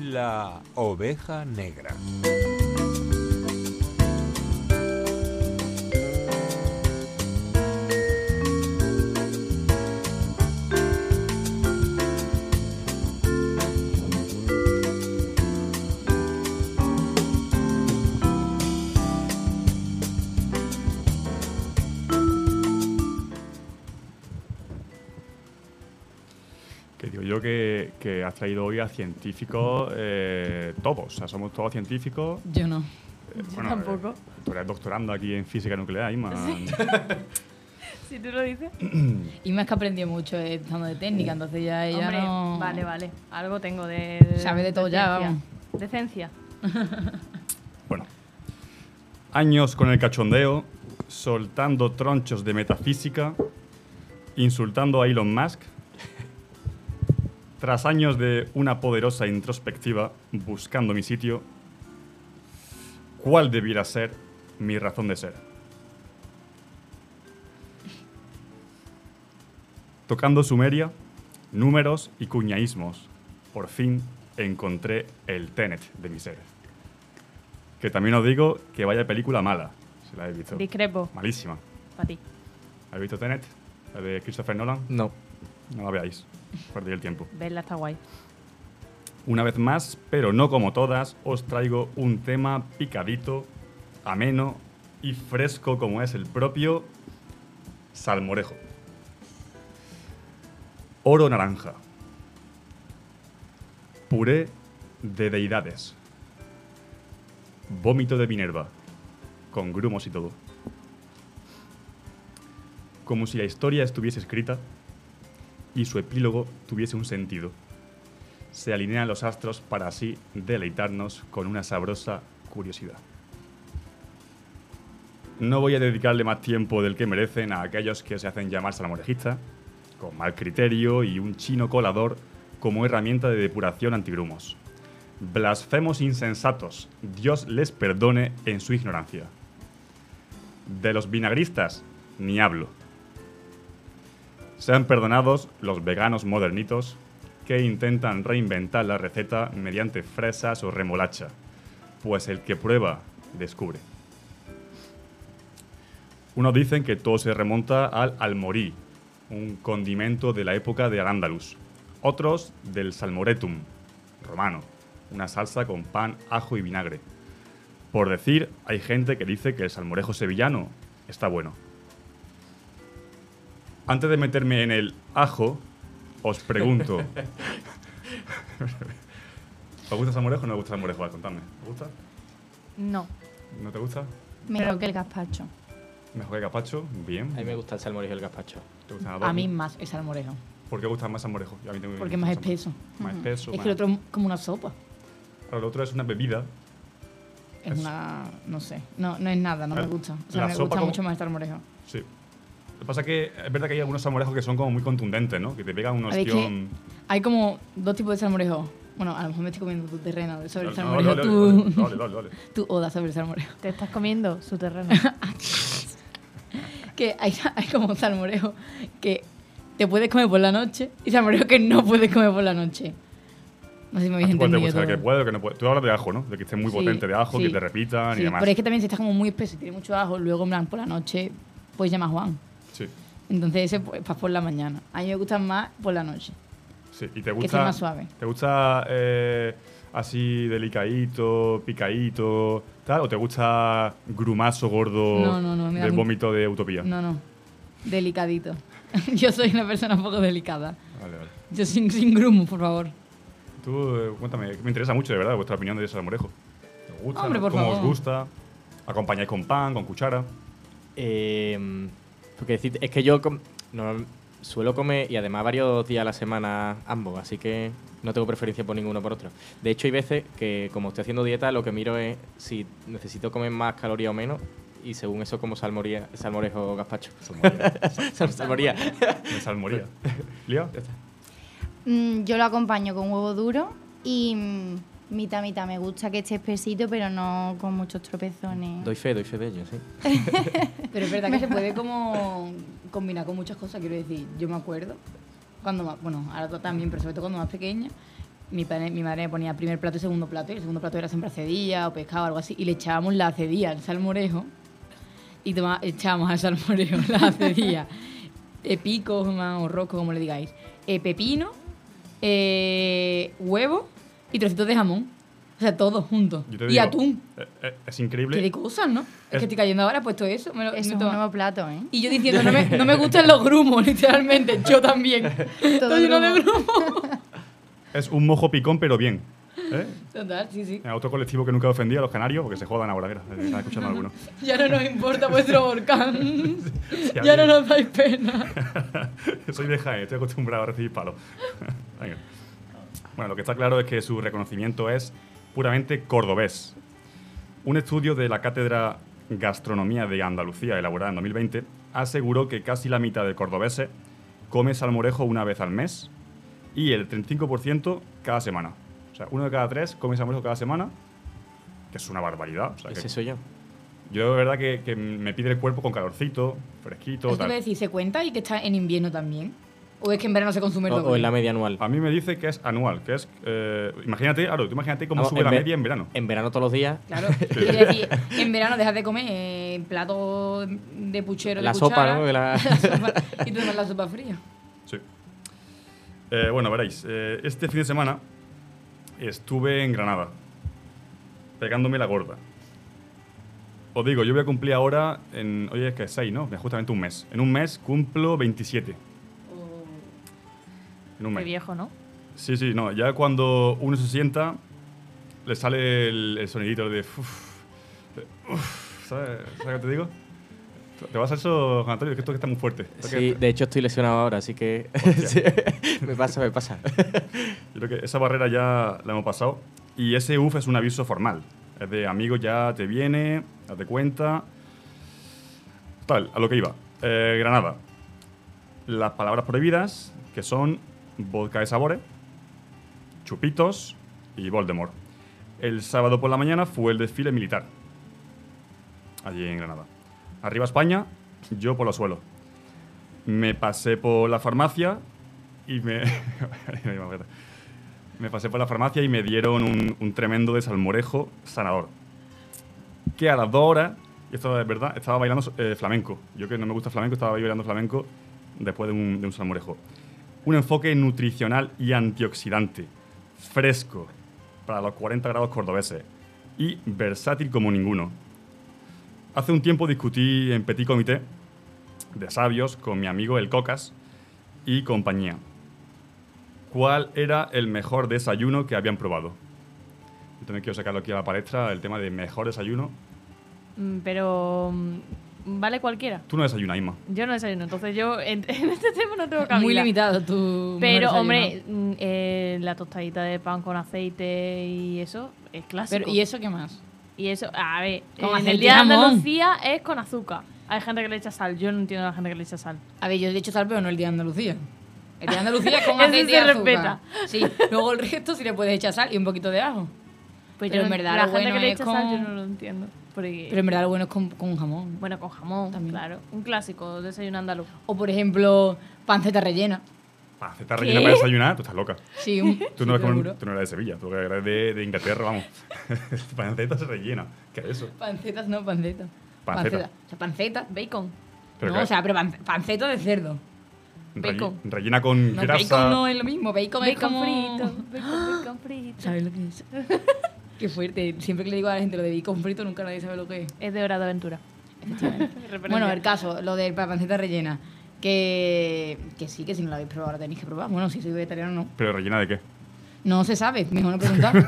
la oveja negra. Que digo yo que, que has traído hoy a científicos eh, todos, o sea, somos todos científicos. Yo no. Eh, Yo bueno, tampoco. eh, tú eres doctorando aquí en física nuclear, Inma. Si tú lo dices. Y más que aprendió mucho eh, estando de técnica, entonces ya ella Hombre, no... vale, vale. Algo tengo de. Sabe de todo ya, ciencia. vamos. De ciencia. Bueno, años con el cachondeo, soltando tronchos de metafísica, insultando a Elon Musk. Tras años de una poderosa introspectiva buscando mi sitio, ¿cuál debiera ser mi razón de ser? Tocando Sumeria, números y cuñaísmos, por fin encontré el tenet de mi ser. Que también os digo que vaya película mala. Si la habéis visto. Discrepo. Malísima. Para ti. ¿Habéis visto Tenet? La de Christopher Nolan. No. No la veáis. Perdí el tiempo. Verla está guay. Una vez más, pero no como todas, os traigo un tema picadito, ameno y fresco como es el propio salmorejo. Oro naranja. Puré de deidades. Vómito de Minerva. Con grumos y todo. Como si la historia estuviese escrita y su epílogo tuviese un sentido se alinean los astros para así deleitarnos con una sabrosa curiosidad. No voy a dedicarle más tiempo del que merecen a aquellos que se hacen llamar salmorejistas, con mal criterio y un chino colador como herramienta de depuración antigrumos. Blasfemos insensatos, Dios les perdone en su ignorancia. De los vinagristas, ni hablo. Sean perdonados los veganos modernitos que intentan reinventar la receta mediante fresas o remolacha, pues el que prueba descubre. Unos dicen que todo se remonta al almorí, un condimento de la época de Al-Ándalus. Otros del salmoretum, romano, una salsa con pan, ajo y vinagre. Por decir, hay gente que dice que el salmorejo sevillano está bueno. Antes de meterme en el ajo, os pregunto. ¿Os gusta el salmorejo o no os gusta el salmorejo? Va, Contadme. ¿Os gusta? No. ¿No te gusta? Mejor que el gazpacho. Mejor que capacho, bien. A mí me gusta el salmorejo y el gazpacho. ¿Te gusta A mí más el salmorejo, ¿Por qué gusta más salmorejo? Yo a mí tengo- porque es más espeso. Más espeso. Es más- que el otro es como una sopa. Ahora, el otro es una bebida. Es Es- una... no sé. No, no es nada, no La- me gusta. O sea, la me sopa gusta como- mucho más este el salmorejo. Sí. Lo que pasa es que es verdad que hay algunos salmorejos que son como muy contundentes, ¿no? Que te pegan un A ver, es que- ostión. Hay como dos tipos de salmorejo. Bueno, a lo mejor me estoy comiendo tu terreno sobre el No, salmorejo, dale, tu, dale, dale, dale, dale. tu oda sobre este el salmorejo. Te estás comiendo su terreno. Que hay, hay como salmorejo que te puedes comer por la noche y salmorejo que no puedes comer por la noche. No sé si me habéis ¿A ti cuál te entendido. gusta? ¿El todo. que puede o el que no puede? Tú hablas de ajo, ¿no? De que esté muy Sí, potente de ajo, que sí. te repitan y Sí, demás. pero es que también si estás como muy espeso y tiene mucho ajo, luego en plan por la noche, pues llama a Juan. Sí, Entonces ese pues, pa' por la mañana. A mí me gustan más por la noche. sí. Y te Que gusta. sea más suave. ¿Te gusta eh, así delicadito, picadito, tal? ¿O te gusta grumazo gordo No, no, no, me da de muy- vómito de utopía? No, no. Delicadito. Yo soy una persona poco delicada. Vale, vale. Yo sin, sin grumo, por favor. Tú, eh, cuéntame, me interesa mucho, de verdad, vuestra opinión de salmorejo. ¿Te gusta? Hombre, por ¿Cómo os favor. gusta? ¿Acompañáis con pan, con cuchara? Eh, porque decir, es que yo com- no- suelo comer y además varios días a la semana ambos, así que no tengo preferencia por ninguno por otro. De hecho, hay veces que como estoy haciendo dieta, lo que miro es si necesito comer más calorías o menos y según eso como salmoría, salmorejo o gazpacho. Sal- salmoría. Me salmoría. ¿Lía? Mm, yo lo acompaño con huevo duro y mm, mitad, mitad. Me gusta que esté espesito, pero no con muchos tropezones. Doy fe, doy fe de ello, sí. Pero es verdad que se puede como combinar con muchas cosas. Quiero decir, yo me acuerdo, cuando más, bueno, ahora también, pero sobre todo cuando más pequeña, mi, padre- mi madre me ponía primer plato y segundo plato, y el segundo plato era siempre acedilla o pescado o algo así, y le echábamos la acedilla al salmorejo, y toma- echábamos al salmorejo la acedilla, eh, pico ma, o rosco, como le digáis, eh, pepino, eh, huevo y trocitos de jamón. O sea, todo junto. Yo Y te digo, atún. eh, eh, es Qué de increíble. cosas, ¿no? Es, Es- que estoy cayendo ahora, pues todo eso. me lo- Eso me es un toma- nuevo plato, ¿eh? y yo diciendo, no me, no me gustan los grumos, literalmente. Yo también. Todo Todo lleno de grumo. grumos. Es un mojo picón, pero bien. ¿eh? Total, sí, sí. Eh, Otro colectivo que nunca ofendía a los canarios, porque se jodan ahora, mira, eh, está escuchando alguno. Ya no nos importa vuestro volcán. a ya mí- no nos dais pena. Soy de Jaén, estoy acostumbrado a recibir palos. Venga. Bueno, lo que está claro es que su reconocimiento es puramente cordobés. Un estudio de la Cátedra Gastronomía de Andalucía, elaborada en 2020, aseguró que casi la mitad de cordobeses come salmorejo una vez al mes y el 35% cada semana. O sea, uno de cada tres come salmorejo cada semana, que es una barbaridad. O sea, que Ese soy yo. yo de verdad que, que me pide el cuerpo con calorcito, fresquito, Eso te tal. iba a decir, ¿se cuenta y que está en invierno también? ¿O es que en verano se consume el O, o doble? en la media anual. A mí me dice que es anual, que es. eh, imagínate, claro, tú imagínate cómo Vamos, sube Ah, en la ve- media en verano. En verano todos los días. Claro. Quiero decir, en verano dejas de comer eh, plato de puchero de La sopa, cuchara, ¿no? Que la- sopa, y tú tomas la sopa fría. Sí. Eh, bueno, veréis, eh, este fin de semana estuve en Granada, pegándome la gorda. Os digo, yo voy a cumplir ahora, en, hoy es que es 6, ¿no? Justamente un mes. En un mes cumplo 27. En un Qué mes. viejo, ¿no? Sí, sí, no. Ya cuando uno se sienta, le sale el, el sonidito de. Uf, de, uf, ¿sabes? ¿Sabes qué te digo? ¿Te vas a eso, Juan Antonio? Es que esto que está muy fuerte. Esto que- Sí, de hecho estoy lesionado ahora, así que. Sí, me pasa, me pasa. Yo creo que esa barrera ya la hemos pasado. Y ese UF es un aviso formal. Es de amigo, ya te viene, date cuenta. Tal, a lo que iba. Eh, Granada. Las palabras prohibidas, que son vodka de sabores, chupitos y Voldemort. El sábado por la mañana fue el desfile militar. Allí en Granada. Arriba España, yo por los suelos. Me pasé por la farmacia y me... Me pasé por la farmacia y me dieron un, un tremendo de salmorejo sanador. Que a las dos horas, y esto es verdad, estaba bailando eh, flamenco. Yo que no me gusta el flamenco, estaba bailando flamenco después de un, de un salmorejo. Un enfoque nutricional y antioxidante, fresco, para los 40 grados cordobeses y versátil como ninguno. Hace un tiempo discutí en Petit Comité de Sabios con mi amigo El Cocas y compañía cuál era el mejor desayuno que habían probado. Yo también quiero sacarlo aquí a la palestra, el tema de mejor desayuno. Mm, Pero. mm, Vale cualquiera. Tú no desayunas, Isma. Yo no desayuno, entonces yo en, en este tema no tengo cabida. Muy limitado tu... Pero, desayuno. hombre, mm, eh, la tostadita de pan con aceite y eso es clásico. Pero, ¿Y eso qué más? Y eso, a ver, Con en aceite el y día de jamón. Andalucía es con azúcar. Hay gente que le echa sal. Yo no entiendo a la gente que le echa sal. A ver, yo he dicho sal, pero no el día de Andalucía. El día de Andalucía es con Ese aceite se y azúcar. respeta. Sí, luego el resto sí le puedes echar sal y un poquito de ajo. Pues Pero yo en no- verdad la lo gente bueno que le es echa sal yo con- no lo entiendo. Porque, Pero en verdad lo bueno es con, con jamón. bueno, con jamón, También. claro. Un clásico, desayuno andaluz. O por ejemplo, panceta rellena. Paceta rellena para desayunar, tú estás loca. Sí, un, Tú no, eres sí, como- seguro. tú no eres de Sevilla, tú eres de, de Inglaterra, vamos. Panceta se rellena. ¿Qué es eso? Pancetas no, panceta. Panceta. O sea, panceta, bacon. Pero no, qué- o sea, pero pan- panceta de cerdo. Relle- bacon. rellena con No, grasa. bacon no es lo mismo. Bacon, es Bacon como... frito, bacon, bacon frito. ¿Sabes lo que es? Qué fuerte. Siempre que le digo a la gente lo de bacon frito, nunca nadie sabe lo que es. Es de hora de aventura. Bueno, el caso, lo de la panceta rellena. Que, que sí, que si no la habéis probado, ahora tenéis que probar. Bueno, si soy vegetariano, no. ¿Pero rellena de qué? No se sabe, mejor no preguntar.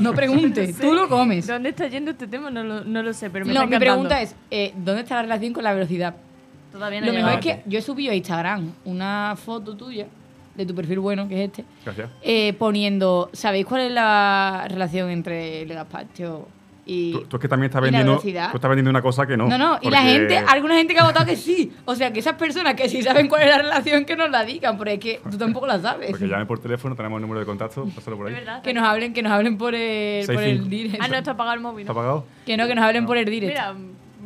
no preguntes, tú lo comes. ¿Dónde está yendo este tema? No lo, no lo sé, pero me No, está mi encantando. pregunta es, eh, ¿dónde está la relación con la velocidad? Todavía no Lo he mejor es llegado. que yo he subido a Instagram una foto tuya, de tu perfil bueno, que es este, Gracias. eh, poniendo, ¿sabéis cuál es la relación entre el gazpacho y... Tú, tú es que también estás ¿Y la vendiendo, tú velocidad? estás vendiendo una cosa que no. No, no, y la porque- gente, alguna gente que ha votado que sí. O sea, que esas personas que sí saben cuál es la relación, que nos la digan, porque es que tú tampoco la sabes. Porque llame por teléfono, tenemos el número de contacto, pásalo por Es ahí. verdad. Que nos hablen, que nos hablen por el, por el 6-5. direct. Ah, no, está apagado el móvil. ¿Está ¿no? apagado? Que no, que nos hablen por el direct. Mira,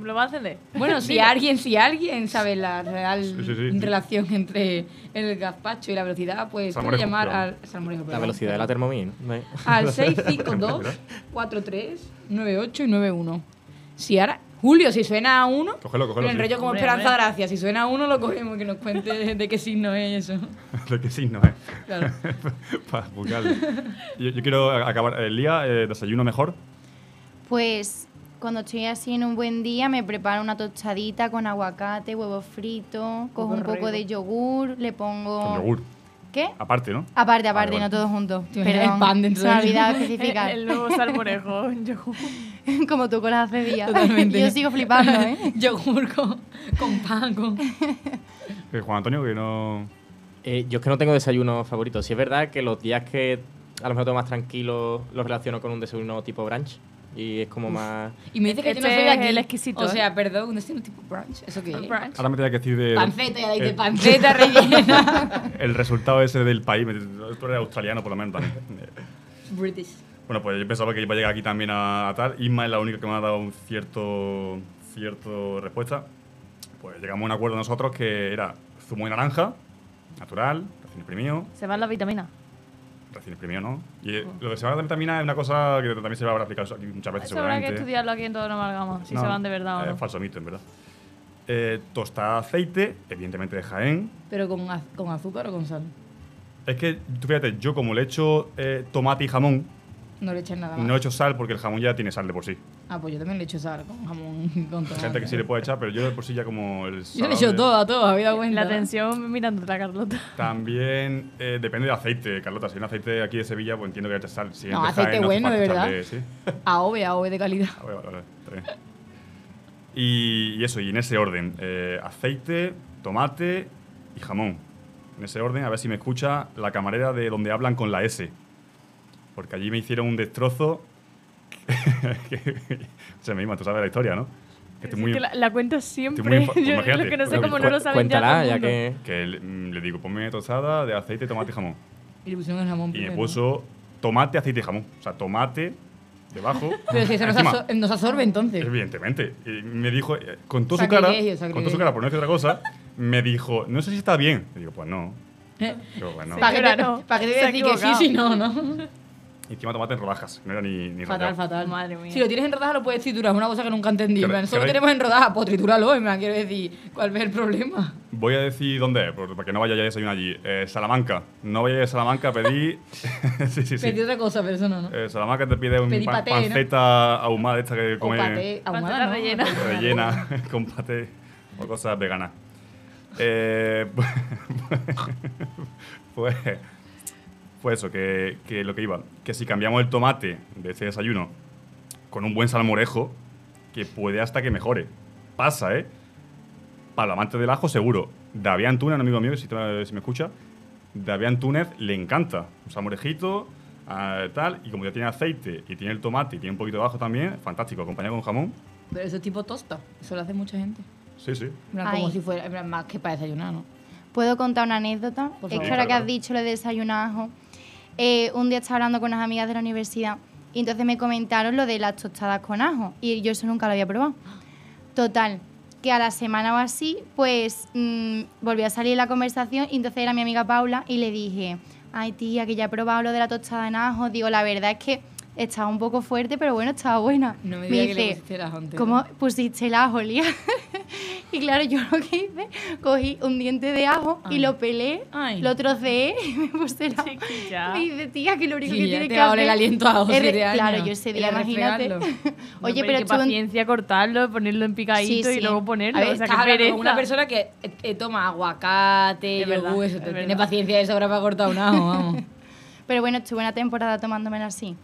Lo va a encender. Bueno, si alguien, si alguien sabe la real Sí, sí, sí, sí. relación entre el gazpacho y la velocidad, pues puede Salmorejo, llamar perdón. al salmorejo, La perdón. velocidad de la Thermomix, ¿no? Ve- Al 652 43 98 y 91. Si ahora Julio, si suena a uno, Cógelo, cógelo. en el sí. rollo como Hombre, Esperanza hombre. Gracia, si suena a uno lo cogemos que nos cuente de qué signo es eso. ¿De qué signo es? Claro. Para juzgarle. Yo, yo quiero acabar. El día, eh, desayuno mejor. Pues cuando estoy así en un buen día me preparo una tostadita con aguacate, huevo frito, cojo un poco de yogur, le Con Oh. pongo... yogur. ¿Qué? Aparte, ¿no? Vale, Aparte, aparte, vale. no todos juntos. Te imaginas el Perdón, pan dentro se me ha del- olvidado El, especificar. el nuevo salmorejo. yogur. Como tú con las hace días. Totalmente. Yo sigo flipando, ¿eh? Yogur con, con pan, con... Eh, Juan Antonio, que no. Eh, yo es que no tengo desayuno favorito. Si es verdad que los días que a lo mejor tengo más tranquilo los relaciono con un desayuno tipo brunch. Y es como más. Y me dice que yo no Este soy de es aquí. el exquisito, O ¿eh? sea, perdón, un destino tipo brunch. ¿Eso qué es? Brunch. Ahora me tenía que decir de. Panceta, ya dice Eh. panceta rellena. El resultado ese del país. Me- Tú eres australiano, por lo menos también. Eh, British. Bueno, pues yo pensaba que iba a llegar aquí también a, a tal. Isma es la única que me ha dado un cierto, cierto respuesta. Pues llegamos a un acuerdo nosotros que era zumo de naranja, natural, recién exprimido, Se van las vitaminas. recién exprimido, ¿no? Y Oh. eh, lo de se va a dar vitamina es una cosa que también se va a explicar aquí muchas veces Eso habrá que seguramente. estudiarlo aquí en todo amalgama. Si No, se van de verdad o Es no. falso mito, en verdad. Eh, tostada aceite, evidentemente de Jaén. Pero con, az- con azúcar o con sal. Es que, tú fíjate, yo como le echo eh, tomate y jamón, No le echan nada más. no echo sal porque el jamón ya tiene sal de por sí. Ah, pues yo también le echo sal con jamón y con Hay tomate. gente que sí le puede echar, pero yo de por sí ya como el Ah, Yo salado le echo de- todo a todo, había cuenta. La tensión mirándote la Carlota. También eh, depende del aceite, Carlota. Si hay un aceite aquí de Sevilla, pues entiendo que le echas sal. Si es No, de aceite Jaén, no hace bueno, falta de verdad. echarle- sí. AOVE, AOVE de calidad. Ah, vale, vale, vale, está bien. Y, y eso, y en ese orden. eh, aceite, tomate y jamón. En ese orden, a ver si me escucha la camarera de donde hablan con la S. Porque allí me hicieron un destrozo. que- se me misma, tú sabes la historia, ¿no? Que estoy Es muy- que la, la cuento siempre. muy infa- Yo imagínate, lo que no sé porque cómo no cu- lo saben ya. todo Cuéntala, el ya mundo. que. que le, mm, le digo, ponme tostada de aceite, tomate y jamón. Y le pusieron el jamón Y me primero. puso tomate, aceite y jamón. O sea, tomate debajo. Pero si se nos, encima. absor- nos absorbe entonces. Evidentemente. Y me dijo, eh, con toda su cara, Sacrilegio, con toda su sacrilegio. cara, por no decir otra cosa, me dijo, no sé si está bien. Y digo, pues no. Eh, Digo, pues no. Sí. ¿Para qué te, no. pa' qué te voy Se a ha decir que sí, equivocado. sí, no, no? Y encima tomate en rodajas, no era ni, ni Fatal, rallado. fatal. Madre mía. Si lo tienes en rodaja lo puedes triturar, es una cosa que nunca entendí. Claro, en plan, Solo claro. tenemos en rodaja, pues tritúralo, en plan, quiero decir, ¿cuál es el problema? Voy a decir dónde es, por- para que no vaya ya a desayunar allí. Eh, Salamanca. No vaya a Salamanca, pedí... sí, sí, sí. Pedí otra cosa, pero eso no, ¿no? Eh, Salamanca te pide un Pedí pan- paté, ¿no? panceta ahumada de esta que o come... paté, ahumada, Panceta ¿no? rellena. rellena con paté o cosas veganas. Eh, pues, pues, pues eso, que, que lo que iba, que si cambiamos el tomate de este desayuno con un buen salmorejo, que puede hasta que mejore. Pasa, ¿eh? Para el amante del ajo, seguro. David Antuna, un amigo mío, que si, tra- si me escucha, David Antúnez le encanta. Un salmorejito, ah, tal, y como ya tiene aceite y tiene el tomate y tiene un poquito de ajo también, fantástico, acompañado con jamón. Pero eso es tipo tosta, eso lo hace mucha gente. Sí, sí. En plan, como Ay. si fuera en plan, más que para desayunar, ¿no? ¿Puedo contar una anécdota? Por es favor. que ahora que Claro. has dicho lo de desayunar ajo, eh, un día estaba hablando con unas amigas de la universidad y entonces me comentaron lo de las tostadas con ajo y yo eso nunca lo había probado. Total, que a la semana o así, pues mm, volvió a salir la conversación y entonces era mi amiga Paula y le dije, ay tía, que ya he probado lo de la tostada en ajo. Digo, la verdad es que estaba un poco fuerte, pero bueno, estaba buena. No me digas que le pusiste el ajo entero. ¿Cómo pusiste el ajo, Lía? y claro, yo lo que hice, cogí un diente de ajo y Ah. lo pelé, Ay. lo troceé y me puse el ajo. Chiquilla. Me dice, tía, que lo único Sí, que ya tiene te que va a hacer... oler el aliento a ajo es re- siete años. Claro, yo ese Y día, a imagínate. refregarlo. Oye, No, pero qué estuve... un- paciencia cortarlo, ponerlo en picadito Sí, y sí. luego ponerlo. A ver, o sea, estás qué hablando pereza. con una persona que eh, eh, toma aguacate, Es verdad, yogur, eso, es te- tiene verdad. paciencia de sobra para cortar un ajo, vamos. Pero bueno, estuve una temporada tomándomela así.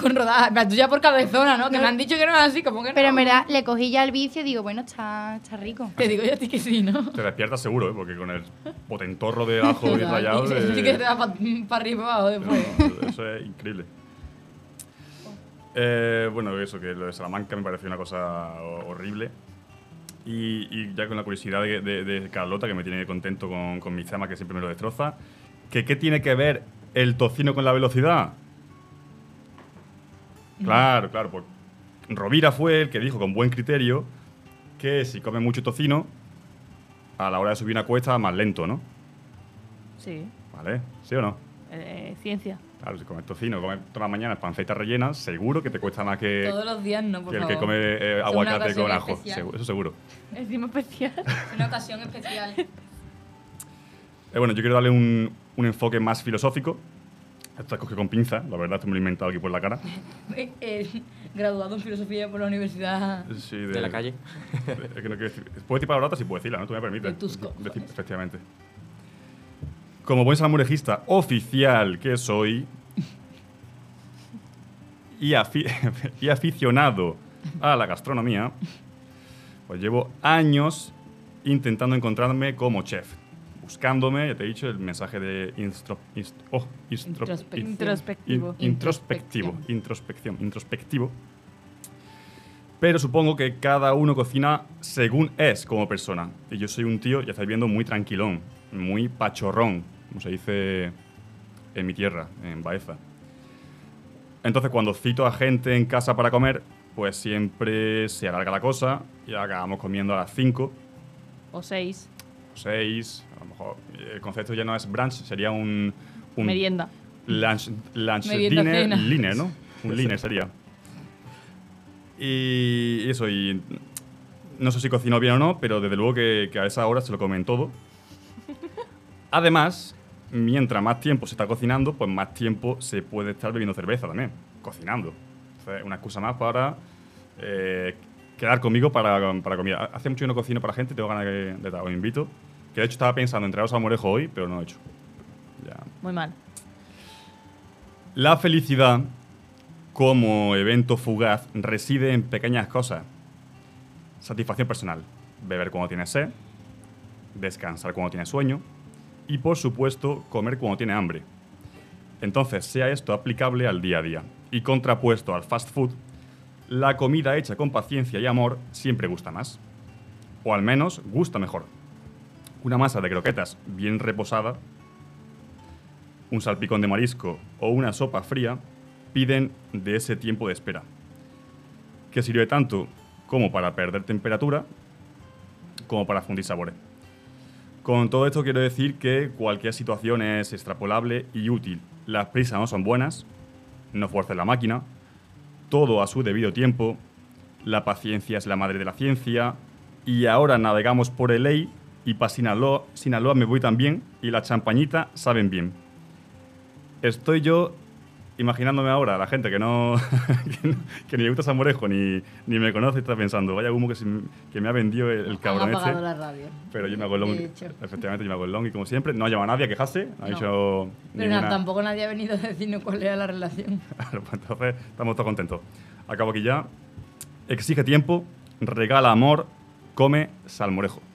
Con rodajas, en plan, tú ya por cabezona, ¿no? Que me han dicho que no es así, como que no. Pero en verdad, le cogí ya el vicio y digo, bueno, está, está rico. Te digo yo a ti que sí, ¿no? Te despiertas seguro, ¿eh? porque con el potentorro de ajo eh, y Total, rallado. y eso sí que te va para arriba y pa' abajo después. Eso es increíble. Eh, bueno, eso, que lo de Salamanca me pareció una cosa ho- horrible. Y, y ya con la curiosidad de, de- de Carlota, que me tiene contento con, con mi chama, que siempre me lo destroza, que ¿qué tiene que ver el tocino con la velocidad? Claro, claro, pues Rovira fue el que dijo con buen criterio que si come mucho tocino, a la hora de subir una cuesta más lento, ¿no? Sí. ¿Vale? ¿Sí o no? Eh, ciencia. Claro, si comes tocino, comes todas las mañanas panceta rellena, seguro que te cuesta más que, Todos los días no, por que el favor. que come eh, Es una aguacate ocasión con ajo. especial. Segu- eso seguro. Encima especial. Una ocasión especial. Eh, bueno, yo quiero darle un, un enfoque más filosófico. Esto es cogido con pinza, la verdad, esto me lo he inventado aquí por la cara. Eh, eh, graduado en filosofía por la Universidad Sí, de la calle. de- es que no quiero decir. Puedo decir palabrotas si puedo decirla, ¿no? Tú me permites. De Tusco. Decir- efectivamente. Como buen salmurejista oficial que soy y, afi- y aficionado a la gastronomía, pues llevo años intentando encontrarme como chef. Buscándome, ya te he dicho, el mensaje de instro- inst- oh, instro- Introspección. Introspectivo. In- introspectivo, introspección, introspectivo. Pero supongo que cada uno cocina según es como persona. Y yo soy un tío, ya estáis viendo, muy tranquilón, muy pachorrón, como se dice en mi tierra, en Baeza. Entonces, cuando cito a gente en casa para comer, pues siempre se alarga la cosa y acabamos comiendo a las 5 o seis. seis, a lo mejor el concepto ya no es brunch, sería un, un Merienda. lunch, lunch Merienda, dinner, cena. liner, ¿no? Un liner sería. Y eso, y no sé si cocinó bien o no, pero desde luego que, que a esa hora se lo comen todo. Además, mientras más tiempo se está cocinando, pues más tiempo se puede estar bebiendo cerveza también, cocinando. Entonces, una excusa más para eh, quedar conmigo para, para comida. Hace mucho que no cocino para gente, tengo ganas de, de tal, os invito. Que de hecho estaba pensando en traeros a Morejo hoy, pero no lo he hecho. Ya, Muy mal. la felicidad, como evento fugaz, reside en pequeñas cosas. Satisfacción personal. Beber cuando tienes sed, descansar cuando tienes sueño y, por supuesto, comer cuando tienes hambre. Entonces, sea esto aplicable al día a día. Y contrapuesto al fast food, la comida hecha con paciencia y amor siempre gusta más. O al menos gusta mejor. Una masa de croquetas bien reposada un salpicón de marisco o una sopa fría piden de ese tiempo de espera, que sirve tanto como para perder temperatura como para fundir sabores. Con todo esto quiero decir que cualquier situación es extrapolable y útil. Las prisas no son buenas, no fuerces la máquina, todo a su debido tiempo, la paciencia es la madre de la ciencia y ahora navegamos por el ley y para Sinaloa, Sinaloa me voy también y la champañita saben bien estoy yo imaginándome ahora a la gente que no que, no- que ni le gusta Samorejo ni, ni me conoce está pensando vaya humo que, se m- que me ha vendido el, el cabrón Han este apagado la radio. pero yo me hago el long De hecho. efectivamente yo me hago el long y como siempre no ha llamado a nadie a quejarse no ha No. dicho Pero ninguna- nada, tampoco nadie ha venido a decirnos cuál era la relación. Claro, pues entonces estamos todos contentos. Acabo aquí ya. Exige tiempo, regala amor, come salmorejo.